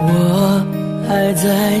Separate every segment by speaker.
Speaker 1: 我还在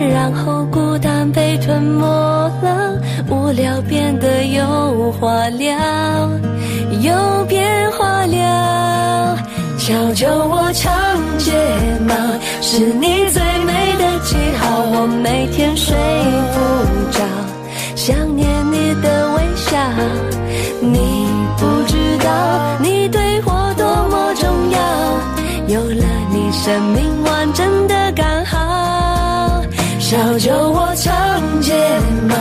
Speaker 2: 然后孤单被吞没了，无聊变得有话聊，有变化了。小酒窝长睫毛是你最美的记号，我每天睡不着，想念你的微笑，你不知道你对我多么重要，有了你生命完整的刚好。小酒窝长睫毛，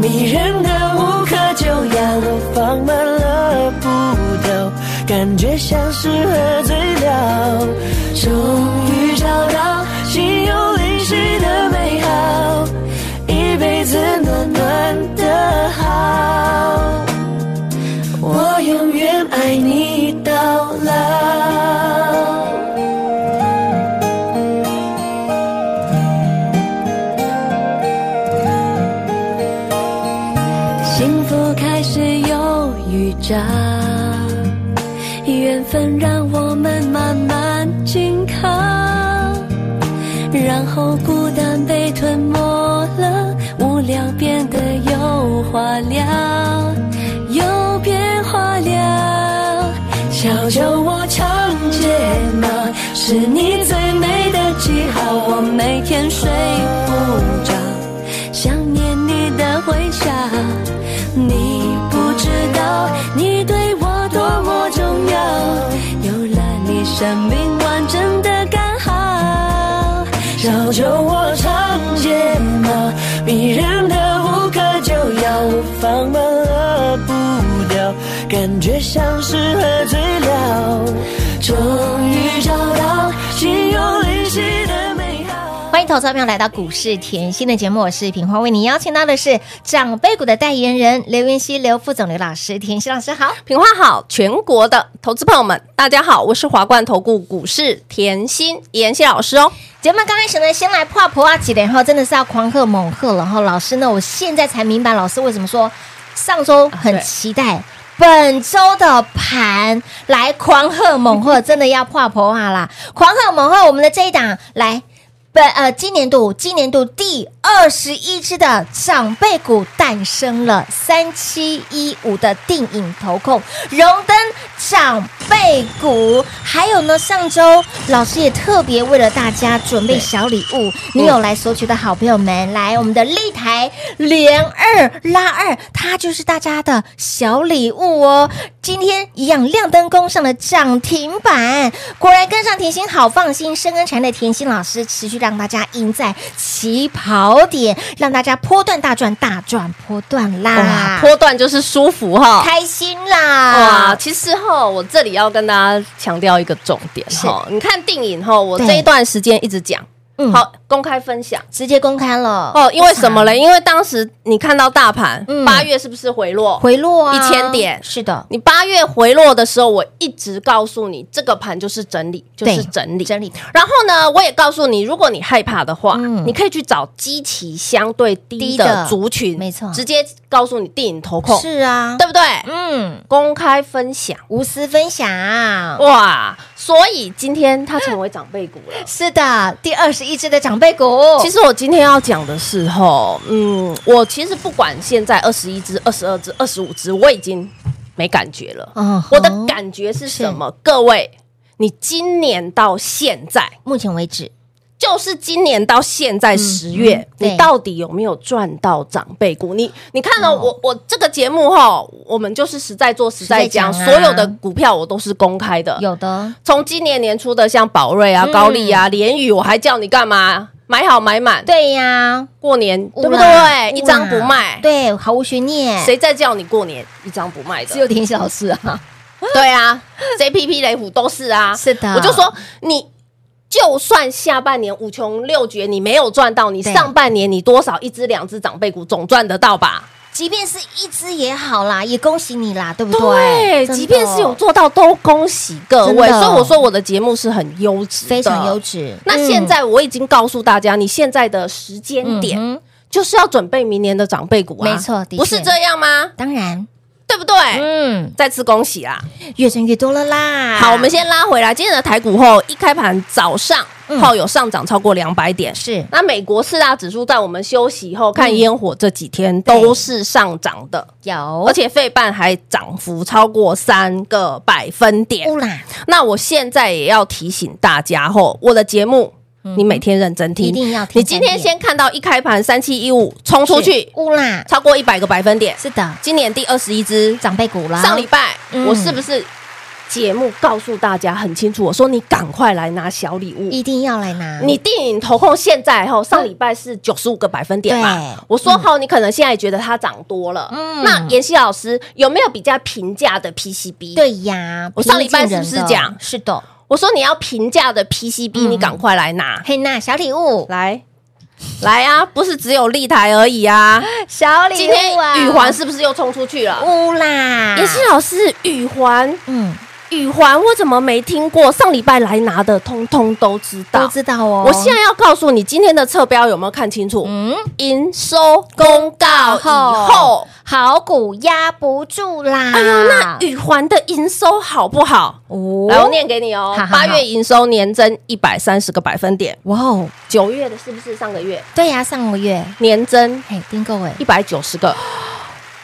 Speaker 2: 迷人的无可救药，我放慢了步调，感觉像是喝醉了，终于找到心有灵犀的美好，一辈子暖暖的好，我永远爱你到老。幸福开始有预兆，缘分让我们慢慢紧靠，然后孤单被吞没了，无聊变得有话聊，有变化了。小酒窝长睫毛是你最美的记号，我每天睡不着。想念你的微笑，你不知道你对我多么重要，有了你生命完整的刚好。小酒窝长睫毛，迷人的无可救药，我放慢了步调，感觉像是喝醉了，终于找到心有灵犀的美好。
Speaker 3: 欢迎投资者朋友来到股市甜心的节目，我是平花，为您邀请到的是长辈股的代言人刘云熙、刘副总、刘老师，甜心老师好。
Speaker 4: 品花好，全国的投资朋友们，大家好，我是华冠投顾股市甜心妍希老师哦。
Speaker 3: 节目刚开始呢，先来破破啊几点，然后真的是要狂喝猛喝了。然后老师呢，我现在才明白老师为什么说上周很
Speaker 4: 对
Speaker 3: 期待。本周的盘来狂喝猛喝，真的要破破啊啦！狂喝猛喝，我们的这一档来本呃，今年度今年度第二十一只的长辈股诞生了，三七一五的定影投控荣登长辈股，还有呢，上周老师也特别为了大家准备小礼物，你有来索取的好朋友们，来我们的立台连二拉二，它就是大家的小礼物哦。今天一样亮灯攻上了涨停板，果然跟上甜心好放心，深耕产业的甜心老师持续让大家赢在起跑点，让大家波段大赚，大赚波段
Speaker 4: 哇，
Speaker 3: 啦，
Speaker 4: 波段就是舒服哈、
Speaker 3: 开心啦！
Speaker 4: 哇，其实哈，我这里要跟大家强调一个重点哈，你看电影哈，我
Speaker 3: 对
Speaker 4: 这一段时间一直讲，
Speaker 3: 嗯
Speaker 4: 好公开分享
Speaker 3: 直接公开了
Speaker 4: 哦，因为什么嘞？因为当时你看到大盘
Speaker 3: 嗯
Speaker 4: 八月是不是回落？
Speaker 3: 回落啊，
Speaker 4: 1000点
Speaker 3: 是的，
Speaker 4: 你八月回落的时候，我一直告诉你，这个盘就是整理，就是
Speaker 3: 对
Speaker 4: 整理，
Speaker 3: 整理
Speaker 4: 然后呢，我也告诉你，如果你害怕的话，
Speaker 3: 嗯
Speaker 4: 你可以去找基期相对低
Speaker 3: 低的
Speaker 4: 的族群，
Speaker 3: 没错
Speaker 4: 直接告诉你电影投控，
Speaker 3: 是啊，
Speaker 4: 对不对？
Speaker 3: 嗯，
Speaker 4: 公开分享，
Speaker 3: 无私分享，。
Speaker 4: 哦哇！所以今天它成为长辈股了
Speaker 3: 是的，第二十一只的长辈股，
Speaker 4: 其实我今天要讲的是吼，嗯，我其实不管现在二十一只、二十二只、二十五只，我已经没感觉了。
Speaker 3: 嗯哼
Speaker 4: 我的感觉是什么？各位，你今年到现在
Speaker 3: 目前为止
Speaker 4: 就是今年到现在十月，
Speaker 3: 嗯对
Speaker 4: 你到底有没有赚到长辈股？你你看
Speaker 3: 哦
Speaker 4: 到、我我这个节目哈，我们就是实在做实在讲，
Speaker 3: 实在讲啊
Speaker 4: 所有的股票我都是公开的。
Speaker 3: 有的
Speaker 4: 从今年年初的像宝瑞啊、
Speaker 3: 嗯
Speaker 4: 高丽啊、联宇，我还叫你干嘛？买好买满，
Speaker 3: 对呀，
Speaker 4: 过年
Speaker 3: 乌
Speaker 4: 对不
Speaker 3: 啦
Speaker 4: 对？一张不卖，
Speaker 3: 对，毫无悬念，
Speaker 4: 谁再叫你过年一张不卖的？
Speaker 3: 只有田老师啊？
Speaker 4: 对啊，JPP 雷虎都是 啊，
Speaker 3: 是的
Speaker 4: 我就说你。就算下半年五穷六绝你没有赚到，你
Speaker 3: 对
Speaker 4: 上半年你多少一只两只长辈股总赚得到吧？
Speaker 3: 即便是一只也好啦，也恭喜你啦，对不对？
Speaker 4: 对，
Speaker 3: 真的
Speaker 4: 即便是有做到，都恭喜各位。
Speaker 3: 真
Speaker 4: 所
Speaker 3: 的
Speaker 4: 以我说我的节目是很优质，
Speaker 3: 非常优。质，
Speaker 4: 那
Speaker 3: 嗯
Speaker 4: 现在我已经告诉大家，你现在的时间点
Speaker 3: 嗯哼
Speaker 4: 就是要准备明年的长辈股啊，
Speaker 3: 没错的确
Speaker 4: 不是这样吗？
Speaker 3: 当然，
Speaker 4: 对不对？
Speaker 3: 嗯，啊
Speaker 4: 再次恭喜啦！
Speaker 3: 越赚越多了啦。
Speaker 4: 好，我们先拉回来。今天的台股后一开盘早上
Speaker 3: 嗯
Speaker 4: 后有上涨超过两百点，
Speaker 3: 是
Speaker 4: 那美国四大指数在我们休息后看烟火这几天
Speaker 3: 对
Speaker 4: 都是上涨的，
Speaker 3: 有，
Speaker 4: 而且费半还涨幅超过三个百分点
Speaker 3: 乌。啦，
Speaker 4: 那我现在也要提醒大家吼，我的节目你每天认真
Speaker 3: 嗯
Speaker 4: 听，
Speaker 3: 一定要听
Speaker 4: 你今天先看到一开盘三七一五冲出去
Speaker 3: 乌啦，
Speaker 4: 超过一百个百分点，
Speaker 3: 是的，
Speaker 4: 今年第二十一只
Speaker 3: 长辈股啦，
Speaker 4: 上礼拜、
Speaker 3: 嗯
Speaker 4: 我是不是节目告诉大家很清楚？我说你赶快来拿小礼物。
Speaker 3: 一定要来拿，
Speaker 4: 你电影投控现在吼，上礼拜是九十五个百分点嘛
Speaker 3: 嗯对？
Speaker 4: 我说好，你可能现在觉得它涨多了。
Speaker 3: 嗯
Speaker 4: 那妍希老师有没有比较平价的 PCB？，
Speaker 3: 对呀，
Speaker 4: 我上礼拜
Speaker 3: 平易近人
Speaker 4: 是不是
Speaker 3: 的
Speaker 4: 讲
Speaker 3: 是的，
Speaker 4: 我说你要平价的 PCB，你
Speaker 3: 嗯
Speaker 4: 赶快来拿，
Speaker 3: 嘿娜小礼物，
Speaker 4: 来来啊！不是只有立台而 已啊！
Speaker 3: 小礼
Speaker 4: 今天
Speaker 3: 物啊，
Speaker 4: 宇环是不是又冲出去了？
Speaker 3: 乌啦，
Speaker 4: 妍希老师，宇环
Speaker 3: 嗯，
Speaker 4: 宇环，我怎么没听过？上礼拜来拿的，通通都知道。
Speaker 3: 都知道哦，
Speaker 4: 我现在要告诉你，今天的侧标有没有看清楚？
Speaker 3: 嗯。
Speaker 4: 营收公告以后，
Speaker 3: 好股压不住啦！
Speaker 4: 哎呦，那宇环的营收好不好？
Speaker 3: 哦
Speaker 4: 来，我念给你哦
Speaker 3: 好好。好
Speaker 4: 八月营收年增一百三十个百分点，
Speaker 3: 哇哦，
Speaker 4: 九月的是不是上个月
Speaker 3: 对呀、上个月
Speaker 4: 年增
Speaker 3: 嘿，订购哎
Speaker 4: 一，百九十个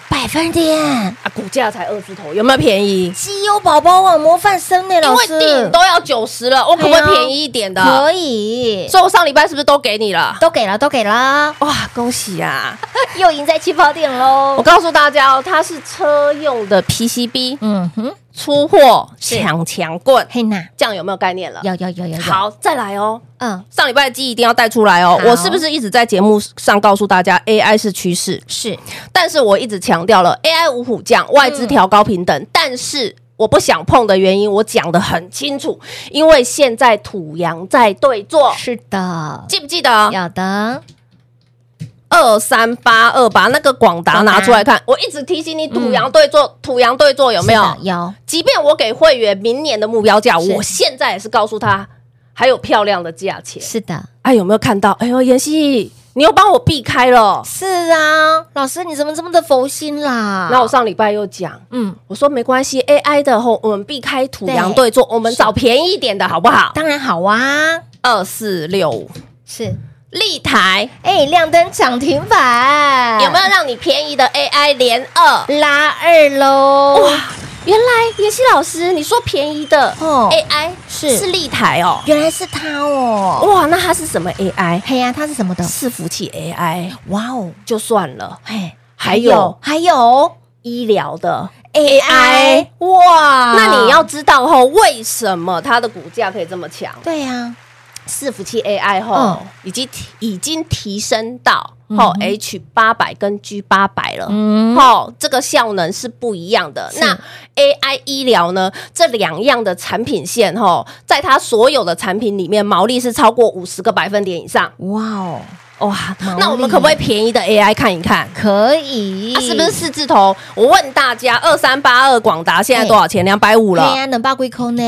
Speaker 3: 百分点，
Speaker 4: 啊？股价才二字头，有没有便宜？
Speaker 3: 绩优宝宝啊，模范生呢，
Speaker 4: 因
Speaker 3: 老
Speaker 4: 为
Speaker 3: 师
Speaker 4: 顶都要九十了，我可不哎可以便宜一点的？
Speaker 3: 可以，
Speaker 4: 所以我上礼拜是不是都给你了？
Speaker 3: 都给了，都给了，
Speaker 4: 哇，恭喜啊！
Speaker 3: 又赢在起跑点
Speaker 4: 我
Speaker 3: 喽。
Speaker 4: 告诉大家哦，它是车用的 PCB
Speaker 3: 嗯哼，
Speaker 4: 出货抢强棍，
Speaker 3: 嘿娜，
Speaker 4: 这样有没有概念了？
Speaker 3: 有有有有有，，
Speaker 4: 好，再来哦。
Speaker 3: 嗯，
Speaker 4: 上礼拜的记忆一定要带出来哦！
Speaker 3: 好
Speaker 4: 我是不是一直在节目上告诉大家 AI 是趋势？
Speaker 3: 是
Speaker 4: 但是我一直强调了 AI 五虎将，外资调高平
Speaker 3: 嗯
Speaker 4: 等，但是我不想碰的原因，我讲的很清楚，因为现在土洋在对坐，
Speaker 3: 是的，
Speaker 4: 记不记得啊
Speaker 3: 有的，
Speaker 4: 二三八二把那个广达拿出来看？我一直提醒你土洋对坐，土洋对坐有没有？
Speaker 3: 嗯是的有，
Speaker 4: 即便我给会员明年的目标价，
Speaker 3: 是
Speaker 4: 我现在也是告诉他还有漂亮的价钱。
Speaker 3: 是的，
Speaker 4: 哎，有没有看到？哎呦，妍希，你又帮我避开了。
Speaker 3: 是啊，老师你怎么这么的佛心啦？
Speaker 4: 那我上礼拜又讲，
Speaker 3: 嗯，
Speaker 4: 我说没关系，AI 的后我们避开土洋对坐，我们找便宜一点的好不好？
Speaker 3: 当然好啊，
Speaker 4: 二四六五
Speaker 3: 是，
Speaker 4: 立台
Speaker 3: 哎，亮灯涨停板
Speaker 4: 有没有让你便宜的 AI 连二？
Speaker 3: 拉二喽？哇，
Speaker 4: 原来妍希老师，你说便宜的
Speaker 3: 哦
Speaker 4: AI
Speaker 3: 是
Speaker 4: 是立台哦，
Speaker 3: 原来是他哦！
Speaker 4: 哇，那它是什么 AI？
Speaker 3: 嘿呀、他是什么的？
Speaker 4: 伺服器 AI
Speaker 3: 哇哦，
Speaker 4: 就算了，
Speaker 3: 嘿，
Speaker 4: 还有
Speaker 3: 还有
Speaker 4: 医疗的
Speaker 3: AI，哇
Speaker 4: 那你要知道吼，为什么它的股价可以这么强？
Speaker 3: 对呀、
Speaker 4: 伺服器 AI 吼、
Speaker 3: 嗯
Speaker 4: 已经提已经提升到吼、H 八百跟 G 八百了，
Speaker 3: 嗯
Speaker 4: 吼、这个效能是不一样的。
Speaker 3: 是
Speaker 4: 那 AI 医疗呢，这两样的产品线吼、在它所有的产品里面，毛利是超过五十个百分点以上。
Speaker 3: 哇哦，
Speaker 4: 哇
Speaker 3: 毛，利
Speaker 4: 那我们可不可以便宜的 AI 看一看？啊
Speaker 3: 可以，
Speaker 4: 它、是不是四字头？我问大家，二三八二广达现在多少钱？两百五
Speaker 3: 嘿啊
Speaker 4: 了。
Speaker 3: 呀、能把龟空呢？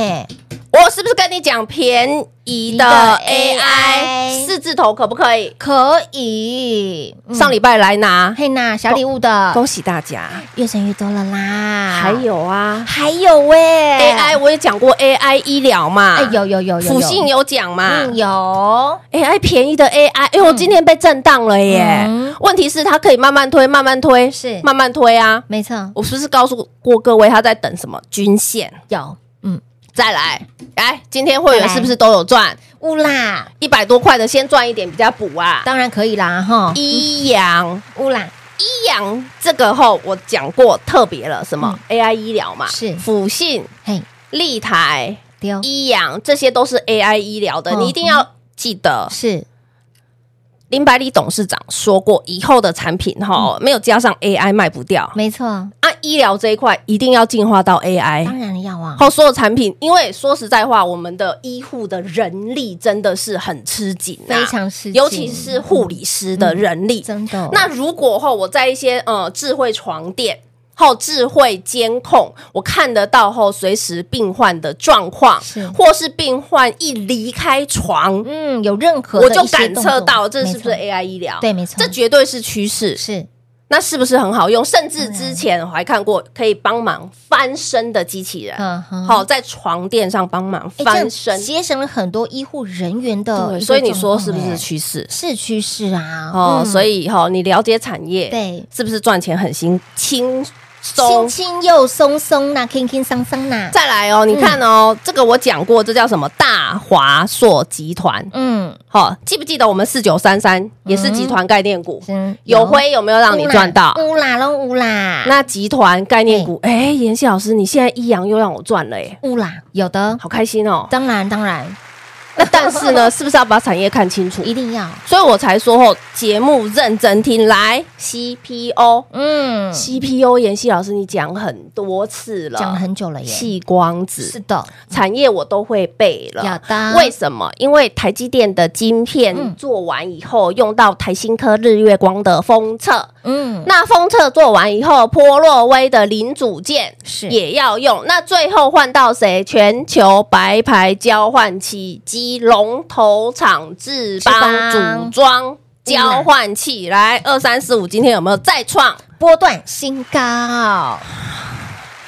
Speaker 4: 我是不是跟你讲便宜的
Speaker 3: 便宜的 AI
Speaker 4: AI 四字头可不可以？
Speaker 3: 可以，嗯
Speaker 4: 上礼拜来拿，
Speaker 3: 嘿娜小礼物的
Speaker 4: 恭喜大家！
Speaker 3: 越省越多了啦，
Speaker 4: 还有啊
Speaker 3: 还有喂、
Speaker 4: ，AI 我也讲过 AI 医疗嘛，
Speaker 3: 哎有有有有
Speaker 4: 辅信有讲嘛
Speaker 3: 嗯有
Speaker 4: AI 便宜的 AI，哎呦，今天被震荡了耶
Speaker 3: 嗯！
Speaker 4: 问题是它可以慢慢推，慢慢推，
Speaker 3: 是
Speaker 4: 慢慢推啊！
Speaker 3: 没错
Speaker 4: 我是不是告诉过各位它在等什么均线？
Speaker 3: 有，嗯
Speaker 4: 再来，来，今天会
Speaker 3: 再
Speaker 4: 员
Speaker 3: 来
Speaker 4: 是不是都有赚？
Speaker 3: 乌啦，
Speaker 4: 一百多块的先赚一点比较补啊。
Speaker 3: 当然可以啦哈，
Speaker 4: 一阳
Speaker 3: 乌啦，
Speaker 4: 一阳这个后我讲过特别了，什么 AI 医疗嘛，
Speaker 3: 嗯是
Speaker 4: 辅信、
Speaker 3: 嘿，
Speaker 4: 立台、
Speaker 3: 丢
Speaker 4: 医养，这些都是 AI 医疗的，
Speaker 3: 嗯
Speaker 4: 你一定要记得。
Speaker 3: 是
Speaker 4: 林百里董事长说过，以后的产品
Speaker 3: 嗯
Speaker 4: 哈，没有加上 AI 卖不掉
Speaker 3: 没错，
Speaker 4: 啊。医疗这一块一定要进化到
Speaker 3: 当
Speaker 4: AI。
Speaker 3: 然要啊，
Speaker 4: 后所有产品，因为说实在话，我们的医护的人力真的是很吃紧、啊，
Speaker 3: 非常吃紧
Speaker 4: 尤其是护理师的人力。
Speaker 3: 真的
Speaker 4: 那如果后我在一些呃智慧床垫后智慧监控，我看得到后随时病患的状况
Speaker 3: 是，
Speaker 4: 或是病患一离开床，
Speaker 3: 嗯，有任何
Speaker 4: 我
Speaker 3: 的
Speaker 4: 就
Speaker 3: 一些
Speaker 4: 感
Speaker 3: 动
Speaker 4: 测
Speaker 3: 作
Speaker 4: 到这是不是
Speaker 3: 没错
Speaker 4: AI 医疗？
Speaker 3: 对没错
Speaker 4: 这绝对是趋势。
Speaker 3: 是啊
Speaker 4: 那是不是很好用？甚至之前我还看过可以帮忙翻身的机器人，
Speaker 3: 嗯哼，
Speaker 4: 呃
Speaker 3: 哎
Speaker 4: 好在床垫上帮忙
Speaker 3: 诶这样
Speaker 4: 翻身。
Speaker 3: 节省了很多医护人员的
Speaker 4: 对
Speaker 3: 一个状况，
Speaker 4: 所以你说是不是
Speaker 3: 诶
Speaker 4: 趋势？
Speaker 3: 是趋势啊？
Speaker 4: 哦，所
Speaker 3: 以
Speaker 4: 以哈，你了解产业，
Speaker 3: 对
Speaker 4: 是不是赚钱很轻轻松
Speaker 3: 轻？轻又松松呐，轻轻桑桑呐，
Speaker 4: 再来
Speaker 3: 嗯
Speaker 4: 哦，你看哦，这个我讲过，这叫什么？大华硕集团，
Speaker 3: 嗯，
Speaker 4: 好、记不记得我们四九三三也是集团概念股？
Speaker 3: 真
Speaker 4: 有辉有没有让你赚到？
Speaker 3: 嗯乌啦拢乌啦，
Speaker 4: 那集团概念股，
Speaker 3: 嗯
Speaker 4: 哎，妍希老师，你现在一阳又让我赚了，哎，
Speaker 3: 乌啦有的，
Speaker 4: 好开心 哦。
Speaker 3: 当然当然
Speaker 4: 那但是呢，是不是要把产业看清楚？
Speaker 3: 一定要，
Speaker 4: 所以我才说哦，节目认真听，来 CPO。
Speaker 3: 嗯，
Speaker 4: CPO，妍希老师，你讲很多次了，
Speaker 3: 讲了很久了耶，
Speaker 4: 细光子
Speaker 3: 是的，
Speaker 4: 产业我都会背了。
Speaker 3: 有的
Speaker 4: 为什么？因为台积电的晶
Speaker 3: 嗯
Speaker 4: 片做完以后，用到台新科日月光的封测，
Speaker 3: 嗯，
Speaker 4: 那封测做完以后，波洛威的零组件
Speaker 3: 是
Speaker 4: 也要用。那最后换到谁？全球白牌交换器及龙头厂智
Speaker 3: 智邦
Speaker 4: 邦组装。交换器来二三四五，今天有没有再创？
Speaker 3: 波段新高，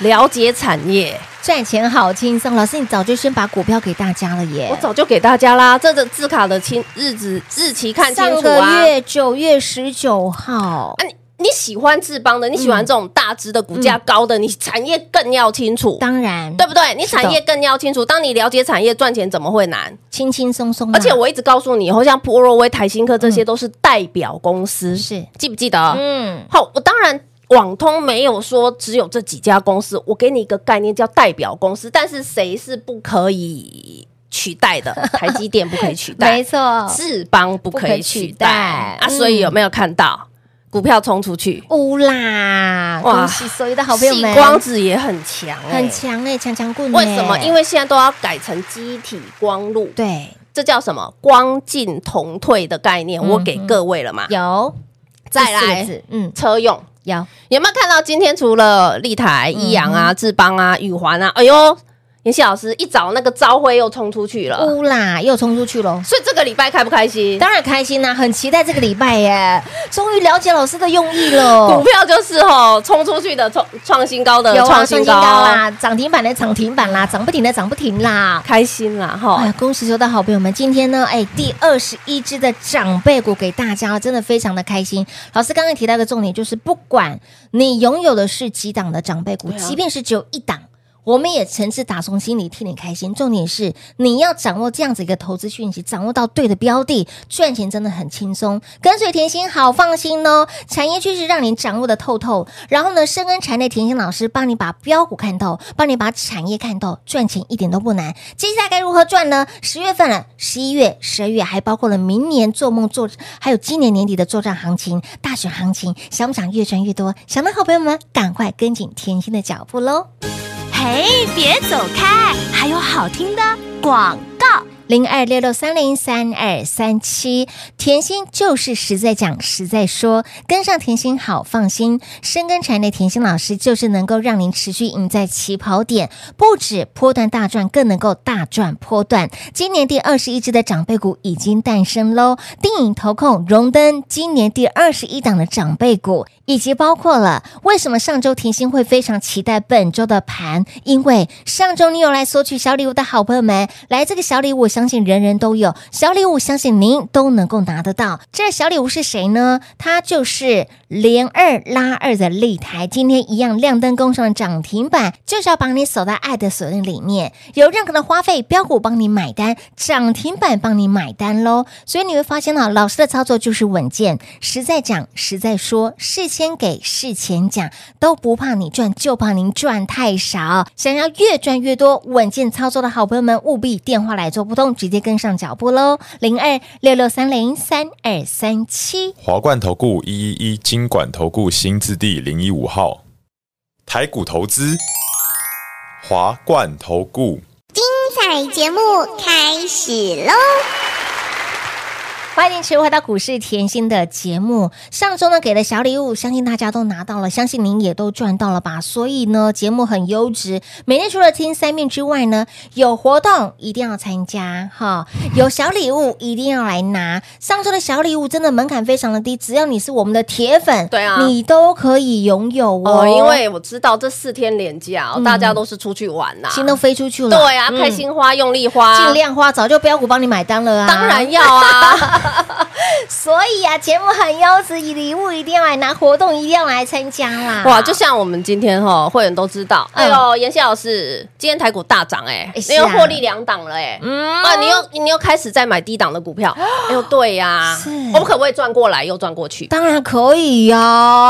Speaker 4: 了解产业，
Speaker 3: 赚钱好轻松。老师，你早就先把股票给大家了耶，
Speaker 4: 我早就给大家啦，这个字卡的清日子日期看清
Speaker 3: 上
Speaker 4: 楚
Speaker 3: 个
Speaker 4: 啊。
Speaker 3: 月九月十九号，
Speaker 4: 啊，你你喜欢志邦的，你喜欢这种大只的、股价高的，你产业更要清楚，
Speaker 3: 当然
Speaker 4: 对不对？你
Speaker 3: 是的
Speaker 4: 产业更要清楚。当你了解产业，赚钱怎么会难？
Speaker 3: 轻轻松松嘛，啊
Speaker 4: 而且我一直告诉你，以后像波若威、台新科这些都是代表公司，
Speaker 3: 嗯是
Speaker 4: 记不记得？
Speaker 3: 嗯，
Speaker 4: 好，我当然。网通没有说只有这几家公司，我给你一个概念叫代表公司，但是谁是不可以取代 的？台积电不可以取代，
Speaker 3: 没错，
Speaker 4: 智邦不可以取代啊，所以有没有看到
Speaker 3: 嗯
Speaker 4: 股票冲出去？
Speaker 3: 乌啦，
Speaker 4: 哇
Speaker 3: 恭喜所有的好朋友们，
Speaker 4: 细光子也很强、欸，
Speaker 3: 很。强哎，强强棍欸，
Speaker 4: 为什么？因为现在都要改成机体光路，
Speaker 3: 对
Speaker 4: 这叫什么？光进同退的概
Speaker 3: 嗯
Speaker 4: 念，我给各位了嘛。
Speaker 3: 有
Speaker 4: 再
Speaker 3: 这四个
Speaker 4: 来
Speaker 3: 字嗯，
Speaker 4: 车用，
Speaker 3: 有
Speaker 4: 有没有看到今天除了立台、益阳
Speaker 3: 嗯
Speaker 4: 啊、智邦啊、宇环啊，哎呦，妍希老师一早那个朝晖又冲出去了，
Speaker 3: 乌啦，又冲出去喽。
Speaker 4: 所以这个礼拜开不开
Speaker 3: 嗯
Speaker 4: 心？
Speaker 3: 当然开心啦、很期待这个礼拜耶！终于了解老师的用意了，
Speaker 4: 股票就是吼冲出去的创创新高的
Speaker 3: 有啊，
Speaker 4: 创
Speaker 3: 创
Speaker 4: 新
Speaker 3: 新
Speaker 4: 高
Speaker 3: 高啦，涨停板的涨停板啦，涨不停的涨不停啦。
Speaker 4: 开心啦哈
Speaker 3: 哎，！恭喜所有的好朋友们！今天呢，哎，第二十一只的长辈股给大家，真的非常的开心。老师刚刚提到一个重点，就是不管你拥有的是几档的长辈股，即便是只有一档。我们也诚挚打从心里替你开心，重点是你要掌握这样子一个投资讯息，掌握到对的标的，赚钱真的很轻松，跟随甜心好放心哦。产业趋势让你掌握的透透，然后呢，深耕产业甜心老师帮你把标股看透，帮你把产业看透，赚钱一点都不难。接下来该如何赚呢？十月份了，十一月、十二月，还包括了明年做梦做，还有今年年底的作战行情、大选行情，想不想越赚越多？想的好朋友们，赶快跟紧甜心的脚步喽！
Speaker 5: 嘿，别走开，还有好听的广告。
Speaker 3: 零二六六三零三二三七，甜心就是实在讲，实在说，跟上甜心好放心。深耕产业的甜心老师就是能够让您持续赢在起跑点，不止波段大赚，更能够大赚波段。今年第二十一只的长辈股已经诞生喽，电影投控荣登今年第二十一档的长辈股，以及包括了为什么上周甜心会非常期待本周的盘，因为上周你有来索取小礼物的好朋友们，来这个小礼物，我相信人人都有小礼物，相信您都能够拿得到。这小礼物是谁呢？它就是连二拉二的立台，今天一样亮灯攻上涨停板，就是要把你锁在爱的锁链里面，有任何的花费，标股帮你买单，涨停板帮你买单喽。所以你会发现呢，老师的操作就是稳健，实在讲，实在说，事先给，事前讲，都不怕你赚，就怕您赚太少。想要越赚越多，稳健操作的好朋友们，务必电话来做不通，直接跟上脚步喽，零二六六三零三二三七。
Speaker 6: 华冠投顾一一一金管投顾新字第零一五号，台股投资，华冠投顾。
Speaker 7: 彩节目开始喽！
Speaker 3: 欢迎您持续回到股市甜心的节目。上周呢给了小礼物，相信大家都拿到了，相信您也都赚到了吧。所以呢，节目很优质。每天除了听三面之外呢，有活动一定要参加哈，有小礼物一定要来拿。上周的小礼物真的门槛非常的低，只要你是我们的铁粉，
Speaker 4: 对啊
Speaker 3: 你都可以拥有哦。嗯
Speaker 4: 哦，因为我知道这四天连假哦，大家都是出去玩呐，
Speaker 3: 心都飞出去了，
Speaker 4: 对啊，开心花、用力花，
Speaker 3: 嗯尽量花，早就标股帮你买单了啊。
Speaker 4: 当然要 啊，
Speaker 3: 所以啊，节目很优质，礼物一定要来拿，活动一定要来参加啦！
Speaker 4: 哇，就像我们今天哈，会员都知道，哎
Speaker 3: 嗯
Speaker 4: 呦，妍希老师今天台股大涨哎
Speaker 3: 哎，是
Speaker 4: 你
Speaker 3: 啊嗯
Speaker 4: 又获利两档了哎，啊，你又你又开始在买低档的股 票，哎呦，对呀
Speaker 3: 是，
Speaker 4: 我们可不可以转过来又转过去？
Speaker 3: 当然可以哟、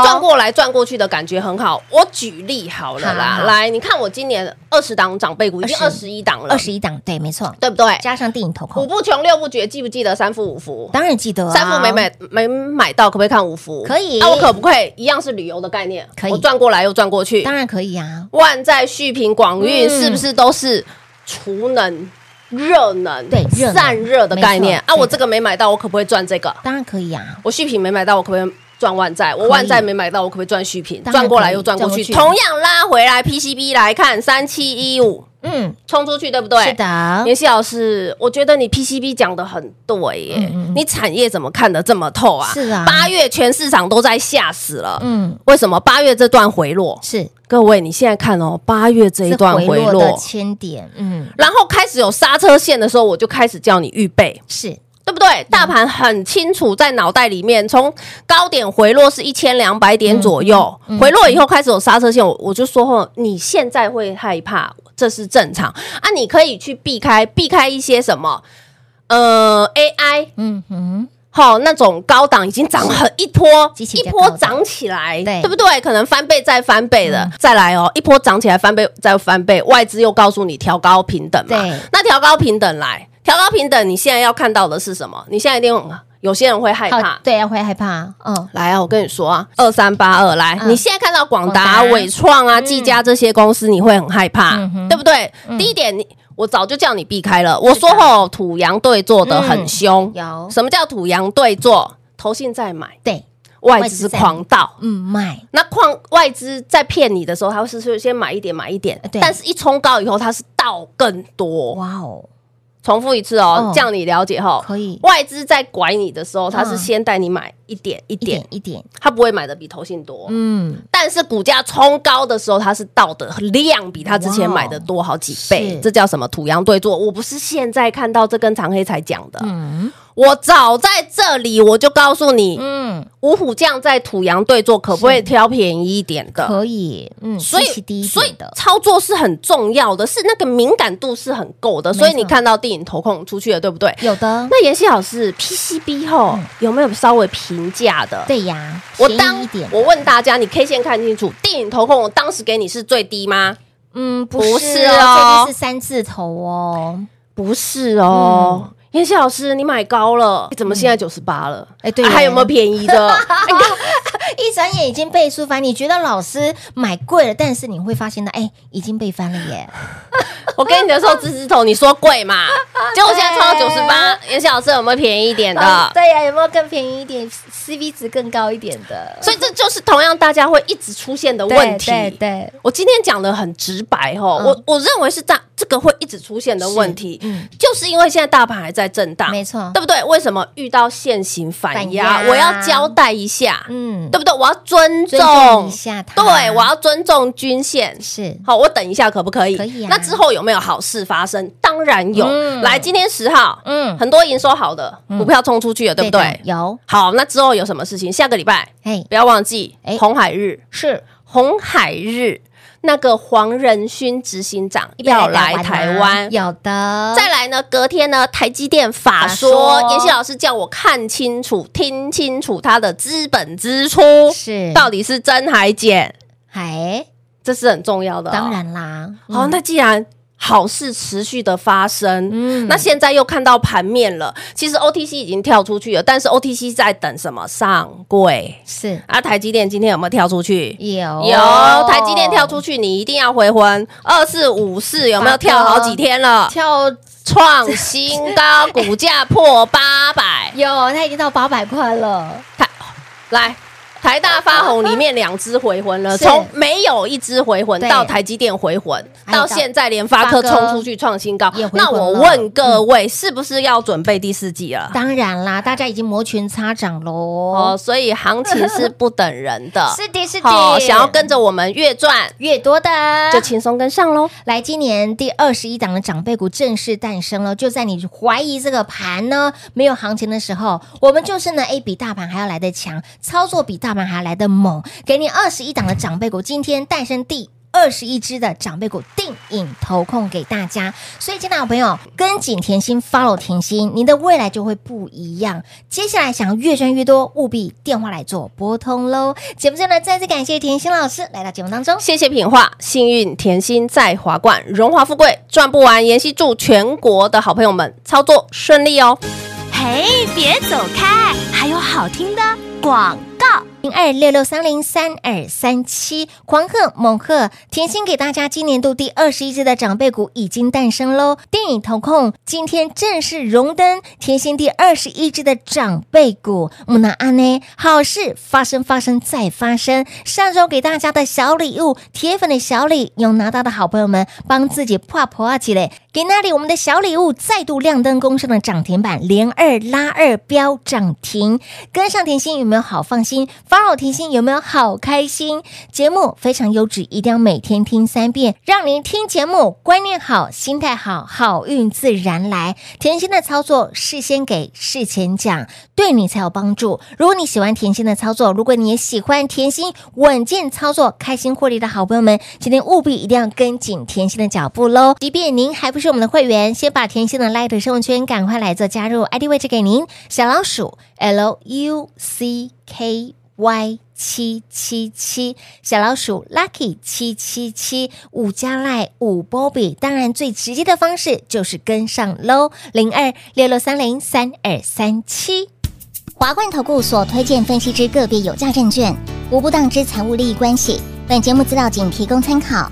Speaker 4: 转过来转过去的感觉很好。我举例好了啦，
Speaker 3: 好好
Speaker 4: 来，你看我今年二十档长辈股已经二
Speaker 3: 20
Speaker 4: 十一档了，
Speaker 3: 二十一档，对，没错，
Speaker 4: 对不对？
Speaker 3: 加上电影投
Speaker 4: 五
Speaker 3: 控，
Speaker 4: 不穷，六不绝，记不记得三副五福？
Speaker 3: 当然记得、啊、
Speaker 4: 三副没，买没买到，可不可以看五福？
Speaker 3: 可以
Speaker 4: 那、我可不可以一样是旅游的概念？
Speaker 3: 可以
Speaker 4: 我转过来又转过去。
Speaker 3: 当然可以啊，
Speaker 4: 万载续平广运
Speaker 3: 嗯
Speaker 4: 是不是都是储能、热能、
Speaker 3: 对热能
Speaker 4: 散热的概念
Speaker 3: 没错
Speaker 4: 啊？
Speaker 3: 对
Speaker 4: 我这个没买到，我可不可以赚这个？
Speaker 3: 当然可以啊，
Speaker 4: 我续品没买到，我可不可以赚万债？我万债没买到，我可不可以赚续品？
Speaker 3: 当然可以
Speaker 4: 转过来又转过去，
Speaker 3: 转过
Speaker 4: 同样拉回来 PCB 来看三七一五
Speaker 3: 嗯，
Speaker 4: 冲出去，对不对？
Speaker 3: 是。的，
Speaker 4: 妍希老师，我觉得你 PCB 讲的很对耶，
Speaker 3: 嗯嗯嗯
Speaker 4: 你产业怎么看得这么透啊？
Speaker 3: 是啊
Speaker 4: 八月全市场都在吓死了，
Speaker 3: 嗯，
Speaker 4: 为什么八月这段回落？
Speaker 3: 是
Speaker 4: 各位，你现在看哦，八月这一段
Speaker 3: 是
Speaker 4: 回落，
Speaker 3: 的千点，嗯，
Speaker 4: 然后开始有刹车线的时候，我就开始叫你预备，
Speaker 3: 是
Speaker 4: 对不对？大盘很清楚在脑袋里面，从高点回落是一千两百点左右，回落以后开始有刹车线，我我就说吼，你现在会害怕，这是正常啊，你可以去避开避开一些什么，呃，AI。
Speaker 3: 嗯哼，
Speaker 4: 好，那种高档已经涨很一波
Speaker 3: 机器比
Speaker 4: 一
Speaker 3: 较
Speaker 4: 波
Speaker 3: 高的
Speaker 4: 涨起来，
Speaker 3: 对
Speaker 4: 不对？可能翻倍再翻倍的，再来哦，一波涨起来翻倍再翻倍，外资又告诉你调高平等嘛
Speaker 3: 对，
Speaker 4: 那调高平等来，调高平等，你现在要看到的是什么？你现在一定有些人会害怕
Speaker 3: 好，。对啊，会害怕，嗯，
Speaker 4: 来啊，我跟你说啊，二三八二来，
Speaker 3: 嗯
Speaker 4: 你现在看到广达、
Speaker 3: 广达
Speaker 4: 伟创啊、技嘉这些公司，你会很害怕
Speaker 3: 嗯，哼
Speaker 4: 对不对？第一点，你我早就叫你避开了。我说吼，土洋对坐的很凶，
Speaker 3: 嗯有
Speaker 4: 什么叫土洋对坐？投信在买，
Speaker 3: 对，
Speaker 4: 外资狂盗。
Speaker 3: 嗯，卖，
Speaker 4: 那矿外资在骗你的时候，他是先买一点买一点
Speaker 3: 呃，对
Speaker 4: 但是一冲高以后，它是倒更多。
Speaker 3: 哇哦，
Speaker 4: 重复一次
Speaker 3: 哦
Speaker 4: 哦，这样你了解后，
Speaker 3: 可以
Speaker 4: 外资在拐你的时候，它
Speaker 3: 嗯
Speaker 4: 是先带你买一点一
Speaker 3: 一点
Speaker 4: 点，
Speaker 3: 一点，
Speaker 4: 它不会买的比投信多。
Speaker 3: 嗯，
Speaker 4: 但是股价冲高的时候，它是到的量比它之前买的多好几倍
Speaker 3: 是，
Speaker 4: 这叫什么土洋对坐？我不是现在看到这根长黑才讲的，
Speaker 3: 嗯
Speaker 4: 我早在这里我就告诉你，
Speaker 3: 嗯，
Speaker 4: 五虎将在土洋对坐可不可以挑便宜一点的？
Speaker 3: 可以，嗯，
Speaker 4: 所
Speaker 3: 极其低
Speaker 4: 以，
Speaker 3: 一
Speaker 4: 所以
Speaker 3: 点的，
Speaker 4: 操作是很重要的，是那个敏感度是很够的。
Speaker 3: 错嗯
Speaker 4: 所以你看到电影投控出去了，对不对？
Speaker 3: 有的，
Speaker 4: 那妍希老师 PCB 后
Speaker 3: 嗯
Speaker 4: 有没有稍微平价的？
Speaker 3: 对呀，
Speaker 4: 我
Speaker 3: 便宜
Speaker 4: 当
Speaker 3: 一点的，
Speaker 4: 我问大家，你 K 线看清楚，电影投控我当时给你是最低吗？
Speaker 3: 嗯，不
Speaker 4: 不
Speaker 3: 是
Speaker 4: 是
Speaker 3: 哦，
Speaker 4: 哦
Speaker 3: 这个是三字头哦。
Speaker 4: 不是哦，妍希老师，你买高了，怎么现在九十八了？
Speaker 3: 哎对
Speaker 4: 啊
Speaker 3: 耶
Speaker 4: 还有没有便宜 的？哎你看
Speaker 3: 一转眼已经倍数翻，你觉得老师买贵了，但是你会发现到，哎、已经被翻了 耶。
Speaker 4: 我给你的时候，直直头你说贵 嘛，结果现在冲到九十八，妍希老师有没有便宜一点 的？
Speaker 3: 呃对呀、有没有更便宜一点，CP 值更高一点的？
Speaker 4: 所以这就是同样大家会一直出现的
Speaker 3: 对
Speaker 4: 问题。
Speaker 3: 对对，
Speaker 4: 我今天讲的很直白哦，
Speaker 3: 嗯
Speaker 4: 我我认为是大这个会一直出现的问题，
Speaker 3: 嗯
Speaker 4: 就是因为现在大盘还在震荡，
Speaker 3: 没错
Speaker 4: 对不对？为什么遇到现行反压，
Speaker 3: 反压
Speaker 4: 我要交代一下，
Speaker 3: 嗯，
Speaker 4: 对不对？我要尊重
Speaker 3: 尊重一下它
Speaker 4: 对，我要尊重均线。
Speaker 3: 是
Speaker 4: 好，我等一下可不可以？
Speaker 3: 可以啊
Speaker 4: 那之后有没有好事发生？当然有。
Speaker 3: 嗯
Speaker 4: 来，今天十号，
Speaker 3: 嗯
Speaker 4: 很多营收好的股票冲出去了，对不
Speaker 3: 的
Speaker 4: 对？
Speaker 3: 有，
Speaker 4: 好，那之后有什么事情？下个礼拜
Speaker 3: 哎，
Speaker 4: 不要忘记
Speaker 3: 哎
Speaker 4: 红海日，
Speaker 3: 是
Speaker 4: 红海日那个黄仁勋执行长
Speaker 3: 一边
Speaker 4: 要来
Speaker 3: 玩啊
Speaker 4: 台湾。
Speaker 3: 有的，
Speaker 4: 再来呢，隔天呢，台积电法
Speaker 3: 法
Speaker 4: 说
Speaker 3: 说，
Speaker 4: 妍希老师叫我看清楚、听清楚他的资本支出
Speaker 3: 是
Speaker 4: 到底是真还减，
Speaker 3: 哎，
Speaker 4: 这是很重要的哦、
Speaker 3: 当然嗯啦，
Speaker 4: 好，那既然好事持续的发生，
Speaker 3: 嗯
Speaker 4: 那现在又看到盘面了。其实 OTC 已经跳出去了，但是 OTC 在等什么上柜？
Speaker 3: 是
Speaker 4: 啊，台积电今天有没有跳出去？
Speaker 3: 有
Speaker 4: 有台积电跳出去，你一定要回魂。二四五四有没有跳好几天了？
Speaker 3: 跳
Speaker 4: 创新高，股价破八百。
Speaker 3: 有，它已经到八百块了，
Speaker 4: 台来台大发红里面两只回魂了，
Speaker 3: 是
Speaker 4: 从没有一只回魂
Speaker 3: 对
Speaker 4: 到台积电回魂，
Speaker 3: 哎
Speaker 4: 到现在联发
Speaker 3: 发
Speaker 4: 科
Speaker 3: 哥
Speaker 4: 冲出去创新高
Speaker 3: 也。回魂
Speaker 4: 那
Speaker 3: 了
Speaker 4: 我问各位，是不是要准备第四季了？
Speaker 3: 当然啦，大家已经摩拳擦掌喽，
Speaker 4: 哦，。所以行情是不等人的
Speaker 3: 是的，是
Speaker 4: 好
Speaker 3: 的，
Speaker 4: 想要跟着我们越赚，
Speaker 3: 越多的
Speaker 4: 就轻松跟上喽。
Speaker 3: 来，今年第二十一档的长辈股正式诞生了。就在你怀疑这个盘呢没有行情的时候，我们就是呢，A 比大盘还要来的强，操作比大盘还要来的猛，给你二十一档的长辈股，今天诞生第。二十一只的长辈股定影投控给大家，所以，亲爱的朋友，跟紧甜心，follow 甜心，您的未来就会不一样。接下来想要越赚越多，务必电话来做拨通喽。节目最后呢，再次感谢甜心老师来到节目当中。
Speaker 4: 谢谢品画，幸运甜心在华冠，荣华富贵赚不完。妍希祝全国的好朋友们操作顺利哦。
Speaker 7: 嘿，别走开，还有好听的广告。
Speaker 3: 零二六六三零三二三七，狂贺猛贺！甜心给大家今年度第二十一只的长辈股已经诞生喽。电影投控今天正式荣登甜心第二十一只的长辈股。木纳安呢？好事发生，发生再发生。上周给大家的小礼物，铁粉的小礼，有拿到的好朋友们帮自己破破啊起来。给那里我们的小礼物再度亮灯攻上了涨停板，连二拉二标涨停，跟上甜心有没有好放心？follow 甜心有没有好开心？节目非常优质，一定要每天听三遍，让您听节目观念好，心态好，好运自然来。甜心的操作事先给，事前讲，对你才有帮助。如果你喜欢甜心的操作，如果你也喜欢甜心稳健操作、开心获利的好朋友们，今天务必一定要跟紧甜心的脚步喽。即便您还不是我们的会员，先把甜心的 Light 生活圈赶快来做加入，ID 位置给您，小老鼠 L U C K。Y 七七七小老鼠 Lucky 七七七五加赖五 Bobby，当然最直接的方式就是跟上喽，零二六六三零三二三七。
Speaker 8: 华冠投顾所推荐分析之个别有价证券，无不当之财务利益关系。本节目资料仅提供参考，